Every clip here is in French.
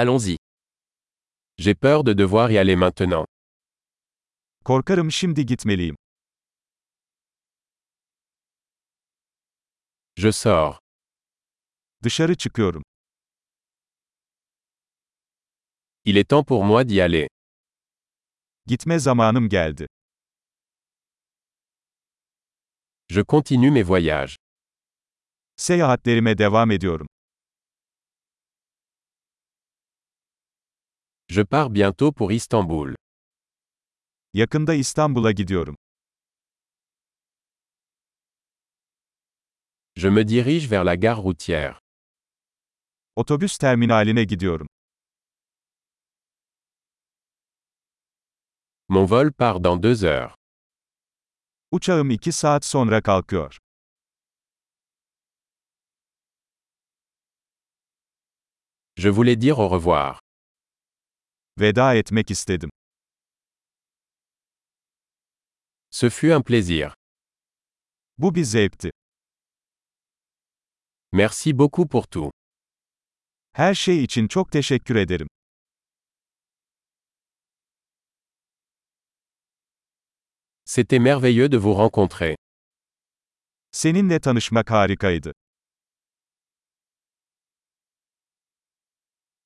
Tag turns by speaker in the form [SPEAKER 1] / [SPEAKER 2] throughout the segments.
[SPEAKER 1] Allons-y. J'ai peur de devoir y aller maintenant.
[SPEAKER 2] Korkarım şimdi gitmeliyim.
[SPEAKER 1] Je sors.
[SPEAKER 2] Dışarı çıkıyorum.
[SPEAKER 1] Il est temps pour moi d'y aller.
[SPEAKER 2] Gitme zamanım geldi.
[SPEAKER 1] Je continue mes voyages.
[SPEAKER 2] Seyahatlerime devam ediyorum.
[SPEAKER 1] Je pars bientôt pour Istanbul.
[SPEAKER 2] Yakında İstanbul'a gidiyorum.
[SPEAKER 1] Je me dirige vers la gare routière.
[SPEAKER 2] Otobüs terminaline gidiyorum.
[SPEAKER 1] Mon vol part dans deux heures.
[SPEAKER 2] Uçağım 2 saat sonra kalkıyor.
[SPEAKER 1] Je voulais dire au revoir.
[SPEAKER 2] Veda etmek istedim.
[SPEAKER 1] Ce fut un plaisir.
[SPEAKER 2] Bu bir zevkti.
[SPEAKER 1] Merci beaucoup pour tout.
[SPEAKER 2] Her şey için çok teşekkür ederim.
[SPEAKER 1] C'était merveilleux de vous rencontrer.
[SPEAKER 2] Seninle tanışmak harikaydı.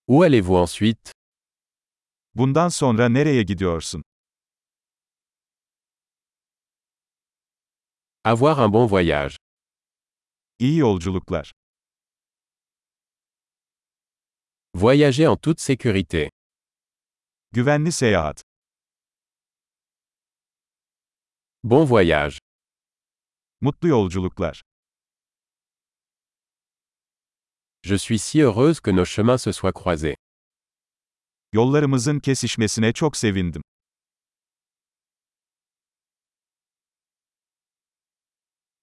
[SPEAKER 1] Où allez-vous ensuite
[SPEAKER 2] Bundan sonra nereye gidiyorsun?
[SPEAKER 1] Avoir un bon voyage.
[SPEAKER 2] İyi yolculuklar.
[SPEAKER 1] Voyager en toute sécurité.
[SPEAKER 2] Güvenli seyahat.
[SPEAKER 1] Bon voyage.
[SPEAKER 2] Mutlu yolculuklar.
[SPEAKER 1] Je suis si heureuse que nos chemins se soient croisés.
[SPEAKER 2] Yollarımızın kesişmesine çok sevindim.